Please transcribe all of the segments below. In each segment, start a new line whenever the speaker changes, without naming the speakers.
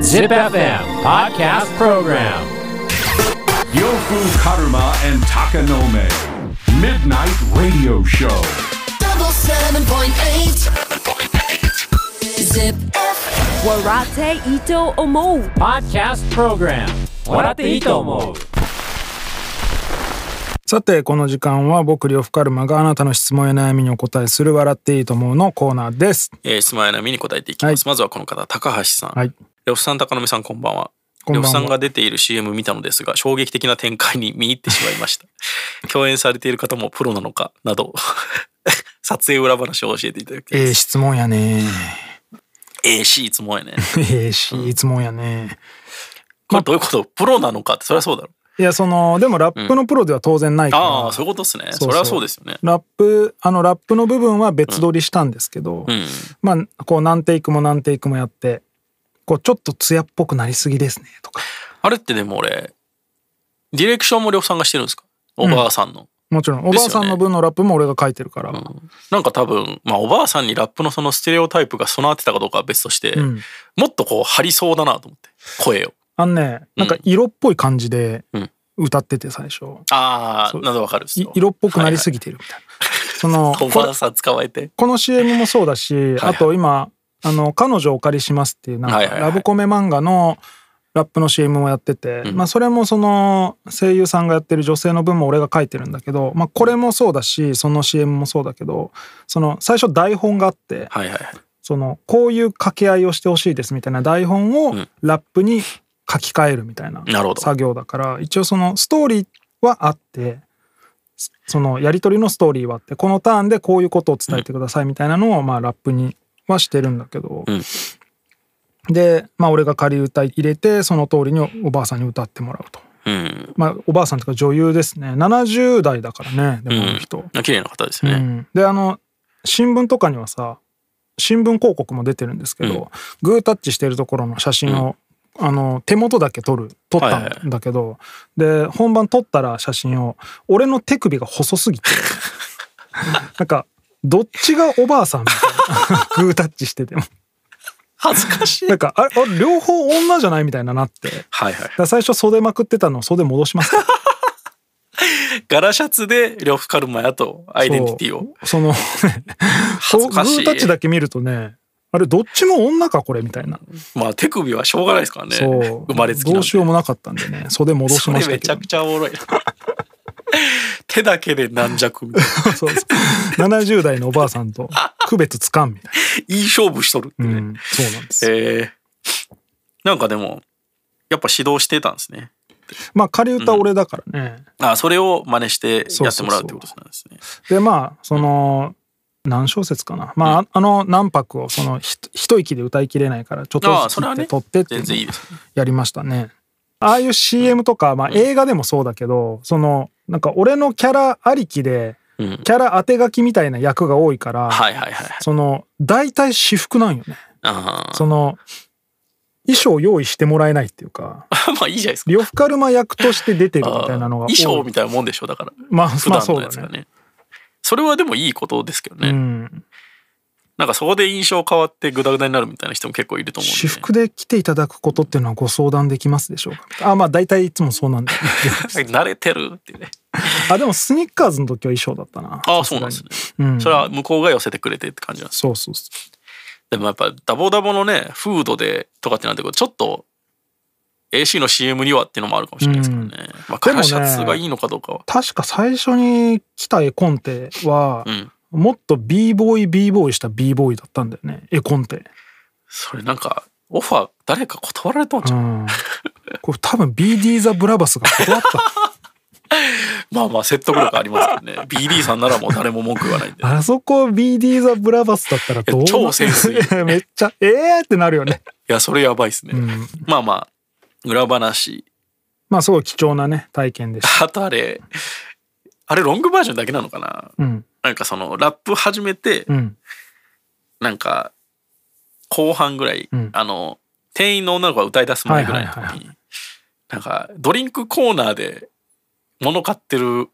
Zip FM Podcast Program
Yofu Karuma and Takanome. Midnight Radio Show.
double seven point eight. Zip.
Warate Ito Omo.
Podcast Program 笑っていいと思う
さてこの時間は僕呂布カルマがあなたの質問や悩みにお答えする「笑っていいと思う」のコーナーです。
えー質問や悩みに答えていきます。まずはこの方、高橋さん。
はい、
呂布さん、高野目さん、こんばんは。
こんばんは
呂布さんが出ている CM 見たのですが、衝撃的な展開に見入ってしまいま した。共演されている方もプロなのかなど、 撮影裏話を教えていただきたい
ええ
です。
質問やね。
ええし、いつもやね。
ええし質問やね。
これどういうことプロなのかって、そりゃそうだろ。
いやそのでもラップのプロでは当然ないから、
ああ、そういうことですね。
そ
そう
そう
りゃそうですよね。
ラップあのラップの部分は別撮りしたんですけど、
うん。
まあこう何テイクも何テイクもやってこうちょっと艶っぽくなりすぎですねとか
あれってでも俺、ディレクションも呂布さんがしてるんですかおばあさんの。
もちろんお
で
ば
すよね
あさんの分のラップも俺が書いてるから、
なんか多分、まあ、おばあさんにラップのそのステレオタイプが備わってたかどうかは別として、
うん
もっとこう張りそうだなと思って声を
あのねなんか色っぽい感じで
うん
歌ってて最初、
ああ
う
などわかるっす
い
よ
色っぽくなりすぎてるみたいな、
はい はい
そ
お
の
ばあさん使われて
この CM もそうだし、
はい
あと今「あの彼女をお借りします」っていうなんか
はいはいはい
ラブコメ漫画のラップの CM もやってて、
うん
まあ、それもその声優さんがやってる女性の分も俺が書いてるんだけど、まあ、これもそうだしその CM もそうだけどその最初台本があって
はいはいはい
そのこういう掛け合いをしてほしいですみたいな台本を
ん
ラップに書き換えるみたいな
なるほど
作業だから一応そのストーリーはあってそそのやり取りのストーリーはあってこのターンでこういうことを伝えてくださいみたいなのをまあラップにはしてるんだけど、
うん
で、まあ、俺が仮歌入れてその通りにおばあさんに歌ってもらうと。
うん
まあ、おばあさんとか女優ですね70代だからねでもあの人、
綺麗な方ですよ
う
ね、
ん、であの新聞とかにはさ新聞広告も出てるんですけど、
うん
グータッチしてるところの写真を、あの手元だけ撮る撮っ
はいはい
た
は
んだけど、で本番撮ったら写真を俺の手首が細すぎて なんかどっちがおばあさんみたいな グータッチしてても
恥ずかしい
なんかあれあれ両方女じゃないみたいななってだか
はいはい
ら最初袖まくってたのを袖戻します
ガラシャツで呂布カルマやとアイデンティティを
そ の
恥ずかしい
グータッチだけ見るとねあれどっちも女かこれみたいな
まあ手首はしょうがないですからね
そう
生まれつきなんで
どうしようもなかったんでね袖戻し
そ
ま
れ
した
め
け
ちゃ
ど
くちゃおもろいな 手だけで軟弱みたいな
そうそう70代のおばあさんと区別つかんみたい
いい勝負しとるって
な、
ね、
うん、そうなんですよ
えーなんかでもやっぱ指導してたんですね
まあ仮歌俺だからね、
あそれを真似してやってもらうってことなんですね
でまあその、何小節かなまあ、あの何拍をそのひと一息で歌いきれないからちょっと
ああ
ずつ
それ
切
は
って
ね
取ってっていう
全
の
然いいですね
やりましたねああいう CM とか、まあ、映画でもそうだけどそのなんか俺のキャラありきで
うん
キャラ当て書きみたいな役が多いから、
はいはいはい
その大体私服なんよね
あ
その衣装を用意してもらえないっていう か
あまあいいじゃないですか
呂布カルマ役として出てるみ
あ
たいなのが
ー衣装み
い
たいなもんでしょだから
まあ
普
まあ
段
そう
の
だね
やつがねそれはでもいいことですけどね、
うん、
なんかそこで印象変わってグダグダになるみたいな人も結構いると思うんで、
私服で来ていただくことっていうのはご相談できますでしょうかあまあ大体いつもそう なんだ
慣れてるっていうね
あでもスニッカーズの時は衣装だったな
ああそうなんですね、
うん
それは向こうが寄せてくれてって感じなんです
そうそうそ
でもやっぱダボダボのねフードでとかってなってくるとちょっと AC の CM にはっていうのもあるかもしれないですからね、まあカラーシャツがいいのかどうかは、
う確か最初に来た絵コンテは、
うん
もっと b ボーイ b ボーイした b ボーイだったんだよね絵コンテ
それなんかオファー誰か断られたんじゃん
うん これ多分 BD ザブラバスが断った
まあまあ説得力あります けどね BD さんならもう誰も文句言わないんで
あそこ BD ザブラバスだったらどうな
超センスいい
めっちゃ、えーってなるよね。
いや、それやばいっすね。
うん
まあまあ、裏話。
まあすごい貴重なね、体験でした。
あとあれ、あれロングバージョンだけなのかな
うん。
なんかその、ラップ始めて、
うん。
なんか、後半ぐらい、
うん
あの、店員の女の子が歌い出す前ぐらいの時に、
はいはい
なんか、ドリンクコーナーで物買ってる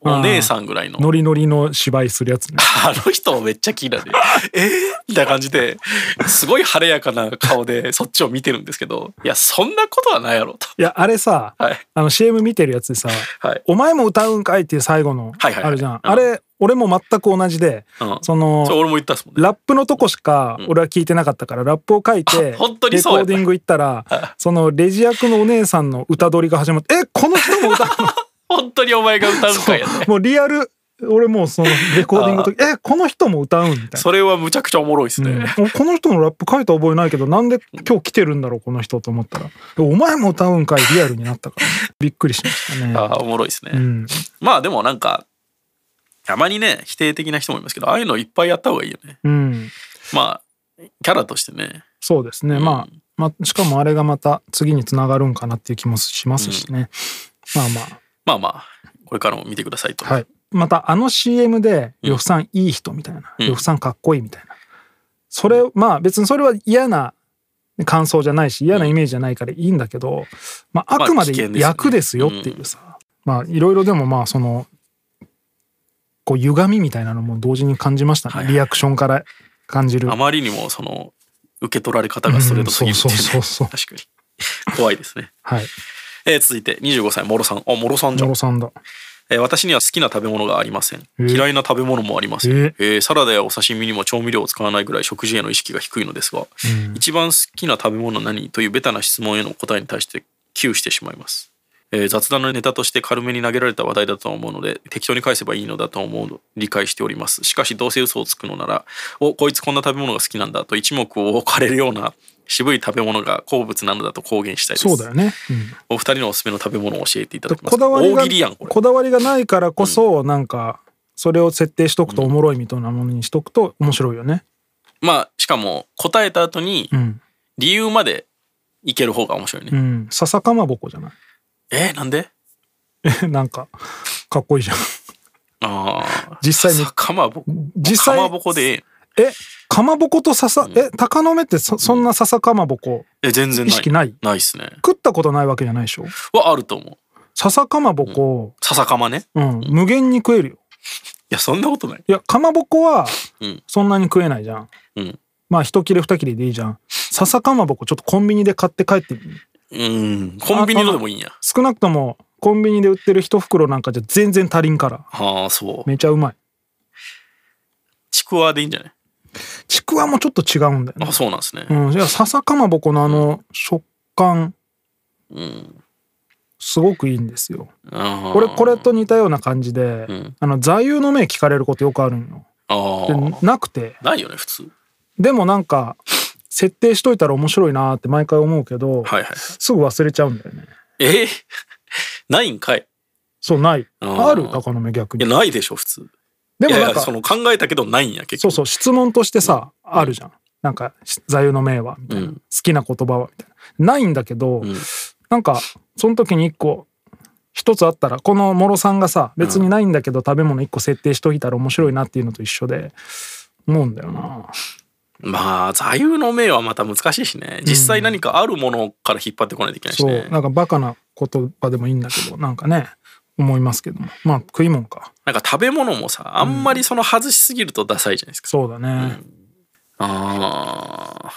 お姉さんぐらいの
ノリノリの芝居するやつね。
あの人もめっちゃ気に なる。えー、みたいな感じで、すごい晴れやかな顔でそっちを見てるんですけど、いや、そんなことはないやろと。
いや、あれさ、
はい。
あの CM 見てるやつで さ、
はい。
お前も歌うんかいっていう最後の、
はいはいはい
あるじゃん。
うん
あれ、俺も全く同じで、
うん。
その
それ、俺も言ったっすもんね。
ラップのとこしか俺は聞いてなかったから、ラップを書いて、レ
あ
コ
本当にそうや
ー
った
ディング行った ら、そのレジ役のお姉さんの歌取りが始まって、え、この人も 歌うの
本当にお前が歌うんかいやね。
もうリアル、俺もうそのレコーディングの 時、え、この人も歌うんみたいな。
それはむちゃくちゃおもろいっすね。
うんこの人のラップ書いた覚えないけどなんで今日来てるんだろうこの人と思ったら「お前も歌うんかい」リアルになった からびっくりしましたね。
ああ、おもろいっすね。
うん、
まあでもなんか、たまにね、否定的な人もいますけど、ああいうのいっぱいやった方がいいよね。
うん、
まあ、キャラとしてね。
そうですね、まあ、まあしかもあれがまた次につながるんかなっていう気もしますしね、まあまあ
まあまあ、これからも見てくださいと。
はいまたあの CM で「呂布さんいい人」みたいな「
うん
呂布さんかっこいい」みたいなそれまあ別にそれは嫌な感想じゃないし嫌なイメージじゃないからいいんだけど、まあ、
まあ
あくま
危険
で
ですよね
役ですよっていうさまあいろいろでもまあそのこう歪みみたいなのも同時に感じましたね、
はいはい
リアクションから感じる
あまりにもその、受け取られ方がストレートすぎるっていう
う
ね、
んそうそうそうそう
確かに。怖いですね。
はい
えー続いて25歳モロさんあモロさんじゃ
野
ん
呂、さんだ
えー私には好きな食べ物がありません
え
嫌いな食べ物もありません、
え
えーサラダやお刺身にも調味料を使わないぐらい食事への意識が低いのですが、一番好きな食べ物は何というベタな質問への答えに対して窮してしまいます、えー雑談のネタとして軽めに投げられた話題だと思うので適当に返せばいいのだと思うの理解しておりますしかしどうせ嘘をつくのなら「おこいつこんな食べ物が好きなんだ」と一目を置かれるような渋い食べ物が好物なのだと公言したいです
そうだよね、うん
お二人のおすすめの食べ物を教えていただけます
こ
か
だわり
大
が
喜利やんこれ
こだわりがないからこそ、なんかそれを設定しとくとおもろいみたいなものにしとくと面白いよね。
まあしかも答えた後に
うん、
理由までいける方が面白いね、
うん、笹かまぼこじゃない。
えーなんで
なんかかっこいいじゃん。
ああ
実際に
かまぼ
実
か
際
まぼこでええ
えかまぼこと笹え鷹の目ってそそんな笹かまぼこ
え全然
意
ない
識ない。
ないっすね
食ったことないわけじゃないでしょ。
はあると思う
笹かまぼこ、
笹かまねい
うん、無限に食えるよ。
やそんなことない
いやかまぼこは
うん
そんなに食えないじゃん。
うん
まあ一切れ二切れでいいじゃん。笹かまぼこちょっとコンビニで買って帰ってみる。
うんコンビニのでもいいんや
少なくともコンビニで売ってる一袋なんかじゃ全然足りんから
ああそう
めちゃうまい
ちくわでいいんじゃない
ちくわもちょっと違うんだよね
あそうなんですね
うんいや笹かまぼこのあの食感
うん
すごくいいんですよ
あー
俺これと似たような感じで、
ん
あの座右の銘聞かれることよくあるんよ
あ
で
ー
なくて
ないよね普通
でもなんか設定しといたら面白いなーって毎回思うけど、
はいはい
すぐ忘れちゃうんだよね
えー ないんかい
そうない
あー
ある高野目逆
いや
に
ないでしょ普通
でもな
いや
ん
いや
か
その考えたけどないんや結
そう
局
そう質問としてさ、あるじゃんなんかし座右の銘はみたいな、
うん
好きな言葉はみたいなないんだけど、
ん
なんかその時に一個一つあったらこの諸さんがさ別にないんだけど食べ物一個設定しといたら面白いなっていうのと一緒で思うんだよな
まあ座右の銘はまた難しいしね実際何かあるものから引っ張ってこないといけないし
そ
ね、
うなんかバカな言葉でもいいんだけどなんかね思いますけどもまあ食い物か
なんか食べ物もさあんまりその外しすぎるとダサいじゃないですか、
そうだね、
あー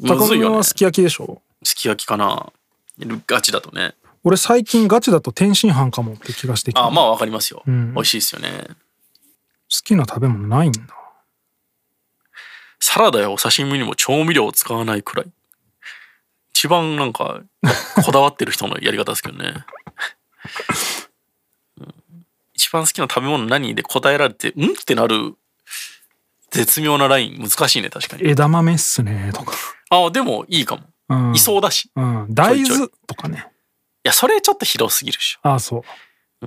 む
高
ずい
野
よね
はすき焼きでしょ
すき焼きかなガチだとね
俺最近ガチだと天津飯かもって気がしてきた
あまあわかりますよ、
ん
美味しいですよね
好きな食べ物ないんだ
サラダやお刺身にも調味料を使わないくらい一番なんかこだわってる人のやり方ですけどね、うん一番好きな食べ物何で答えられてんってなる絶妙なライン難しいね確かに
枝豆っすねとか、
あでもいいかも、
うん、
いそうだしい
うん、大
ちょいちょ
豆とかね
やそれちょっと広すぎるでしょ
ああそう、う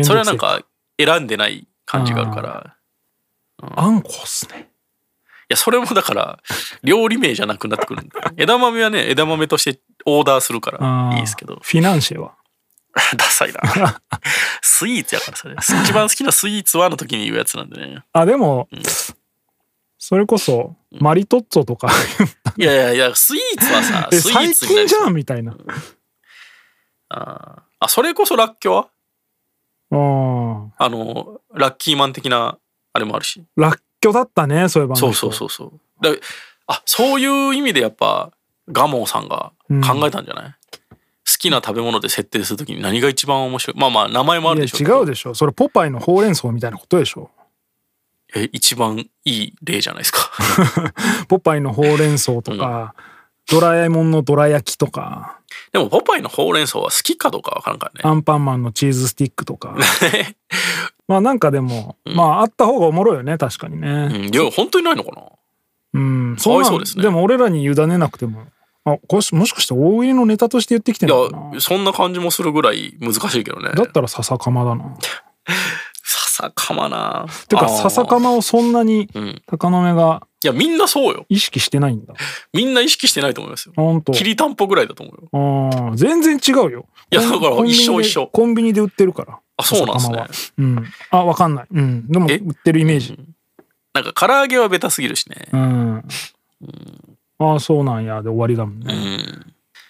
ん、
それはなんか選んでない感じがあるから
あんこっすね
いやそれもだから料理名じゃなくなってくるんだよ枝豆はね枝豆としてオーダーするから
あー
いいですけど
フィナンシェは
ダサいなスイーツやからそれ一番好きなスイーツはの時に言うやつなんでね
あでも、それこそマリトッツォとか
いやいやいやスイーツはさ
え
スイー
最
ツにな
近
り
じ
そう
ゃんみたいな
あーあそれこそらっきょうは
ああ。
あのラッキーマン的なあれもあるし
らっきょだったね、そういえば。
そうそうそうそうだあそういう意味でやっぱガモーさんが考えたんじゃない、好きな食べ物で設定するときに何が一番面白いまあまあ名前もあ
い
る
や
でしょけど
違うでしょ。それポパイのほうれん草みたいなことでしょ。
え一番いい例じゃないですか
ポパイのほうれん草とか、ドラえもんのどら焼きとか、
でもポパイのほうれん草は好きかどうかわからんからね
アンパンマンのチーズスティックとか。まあなんかでも、まああった方がおもろいよね、確かにね。
うんいや本当にないのかな
うん。
かわいそう
なん
ですね
でも俺らに委ねなくても。あ、これもしかして大喜利のネタとして言ってきて
い
るのかな
やそんな感じもするぐらい難しいけどね
だったら笹かまだな。
笹かまな
て
あ
か
ー
笹かまをそんなに
ん
高野目が
いやみんなそうよ
意識してないんだ。
みんな意識してないと思いますよ
あほんと。
きりたんぽぐらいだと思うよ
あー全然違うよ。
いや
コン
だから
コンビニで
一緒一緒
コンビニで売ってるから。
あそうなんですね
笹かまはうん。あ、わかんない。うん。でも
え
売ってるイメージ。
なんか唐揚げはベタすぎるしね
うん。ああ、そうなんや。で終わりだもん
う
ね。
ん、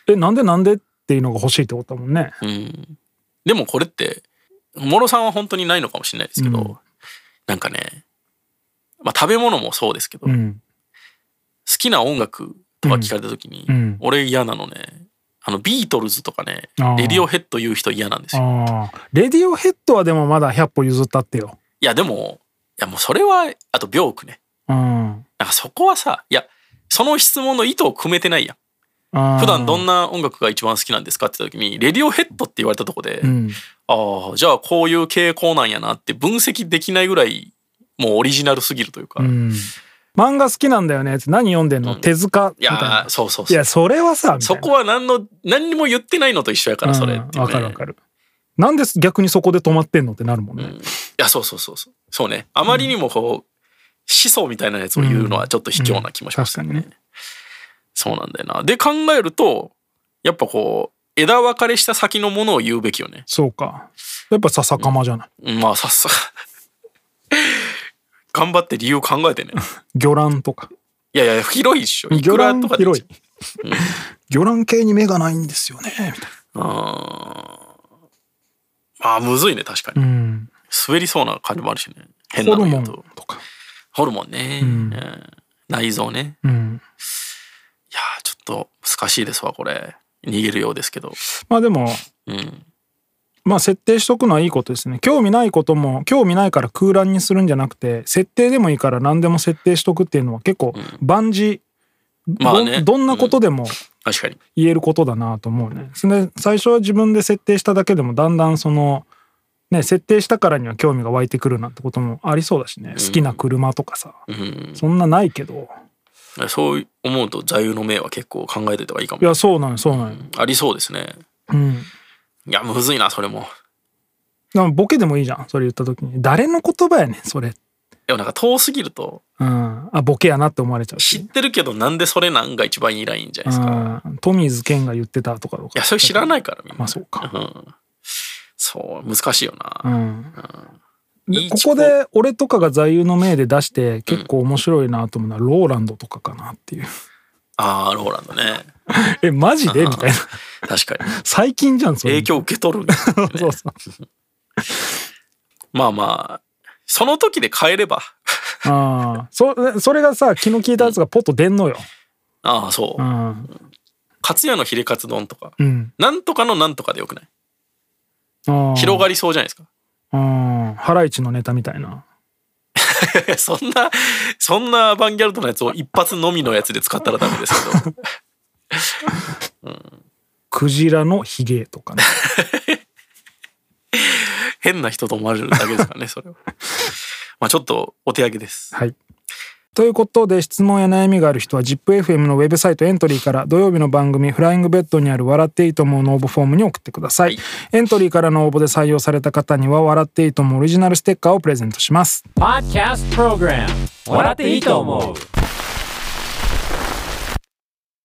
え、なんでなんでっていうのが欲しいってことだもんね。
うん、でもこれってもろさんは本当にないのかもしれないですけど、
うん
なんかね、まあ、食べ物もそうですけど、
う
好
ん。
きな音楽とか聞かれた時に、
うんうん
俺嫌なのねあのビートルズとかね
あー
レディオヘッド言う人嫌なんですよ
ああ。レディオヘッドはでもまだ100歩譲ったってよ。
いやでもいやもうそれはあとビョークね
うん。
なんかそこはさいやその質問の意図を組めてないやん
普
普段ど
な。
んな音楽が一番好きなんですかって言った時に「レディオヘッド」って言われたとこで、
うん。
ああじゃあこういう傾向なんやなって分析できないぐらいもうオリジナルすぎるというか、
う
い
ん。漫画好きなんだよねって何読んでんの、手塚みたい
や
な
ー。そうそう
い
そう
や、それはさ、みたい
そ
な
こは何の何にも言ってないのと一緒やからそれっていううんね
わかるわかるなんで逆にそこで止まってんのってなるもんね、
うんいやそうそうそうそうそうねあまりにもこう、思想みたいなやつを言うのはちょっと卑怯な気もしますよね,、
うんうん確
そうなんだよなで考えるとやっぱこう枝分かれした先のものを言うべきよね
そうかやっぱ笹かまじゃない、
うんまあさっさ 頑張って理由考えてね
魚卵とか
いやいや広いっしょいく
魚
ら
卵
とかで
広い、魚卵系に目がないんですよねみたいな
あーまあむずいね確かに、
うん
滑りそうな感じもあるしね変
ホ
な
ル
の
モ
言
ン
うと
とか
ホルモンね、
ん
うん内臓ね
うん
いやーちょっと難しいですわこれ逃げるようですけど
まあでも
うん
まあ設定しとくのはいいことですね興味ないことも興味ないから空欄にするんじゃなくて設定でもいいから何でも設定しとくっていうのは結構万事、
まあね
どどんなことでも、
確かに
言えることだなと思うね。で最初は自分で設定しただけでもだんだんそのね設定したからには興味が湧いてくるなんてこともありそうだしね好きな車とかさ、
うん
そんなないけど
そう思うと座右の銘は結構考えてた方がいいかも
いやそうなんよそうなんよ、
ありそうですね
うん、で
いやむずいなそれも
もボケでもいいじゃんそれ言った時に誰の言葉やねんそれ、
でもなんか遠すぎると
うん、あボケやなって思われちゃう
知っ
して
るけどなんでそれなんが一番いいラインじゃないですか、い
うんトミーズ健が言ってたとかとか
やそれ知らないからみんな、
まあそうか、
うん、そう難しいよ
う
な、
ん、
いい
こ
地
こで俺とかが座右の銘で出して結構面白いなと思うのはローランドとかかな っていう
ああローランドね
えマジでみたいな
確かに
最近じゃんそれ
影響受け取るんだよね
そうそう
まあまあその時で変えれば
ああそそれがさ気の利いたやつがポッと出んのよ
ああそうう、
ん
かつやのヒレカツ丼とか
うん
なんとかのなんとかでよくない
あ
広が
り
りそうじゃないですか。
うんハライチのネタみたいな
そんな、そんなアバンギャルドのやつを一発のみのやつで使ったらダメですけど。
クジラのヒゲとかね
変な人と思われるだけですからね、それは。まあちょっとお手上げです。
はいということで質問や悩みがある人は ZIPFM のウェブサイトエントリーから土曜日の番組「フライングベッド」にある「笑っていいと思う」の応募フォームに送ってください、
はい
エントリーからの応募で採用された方には「笑っていいと思う」オリジナルステッカーをプレゼントします
Podcast Program 笑っていいと思う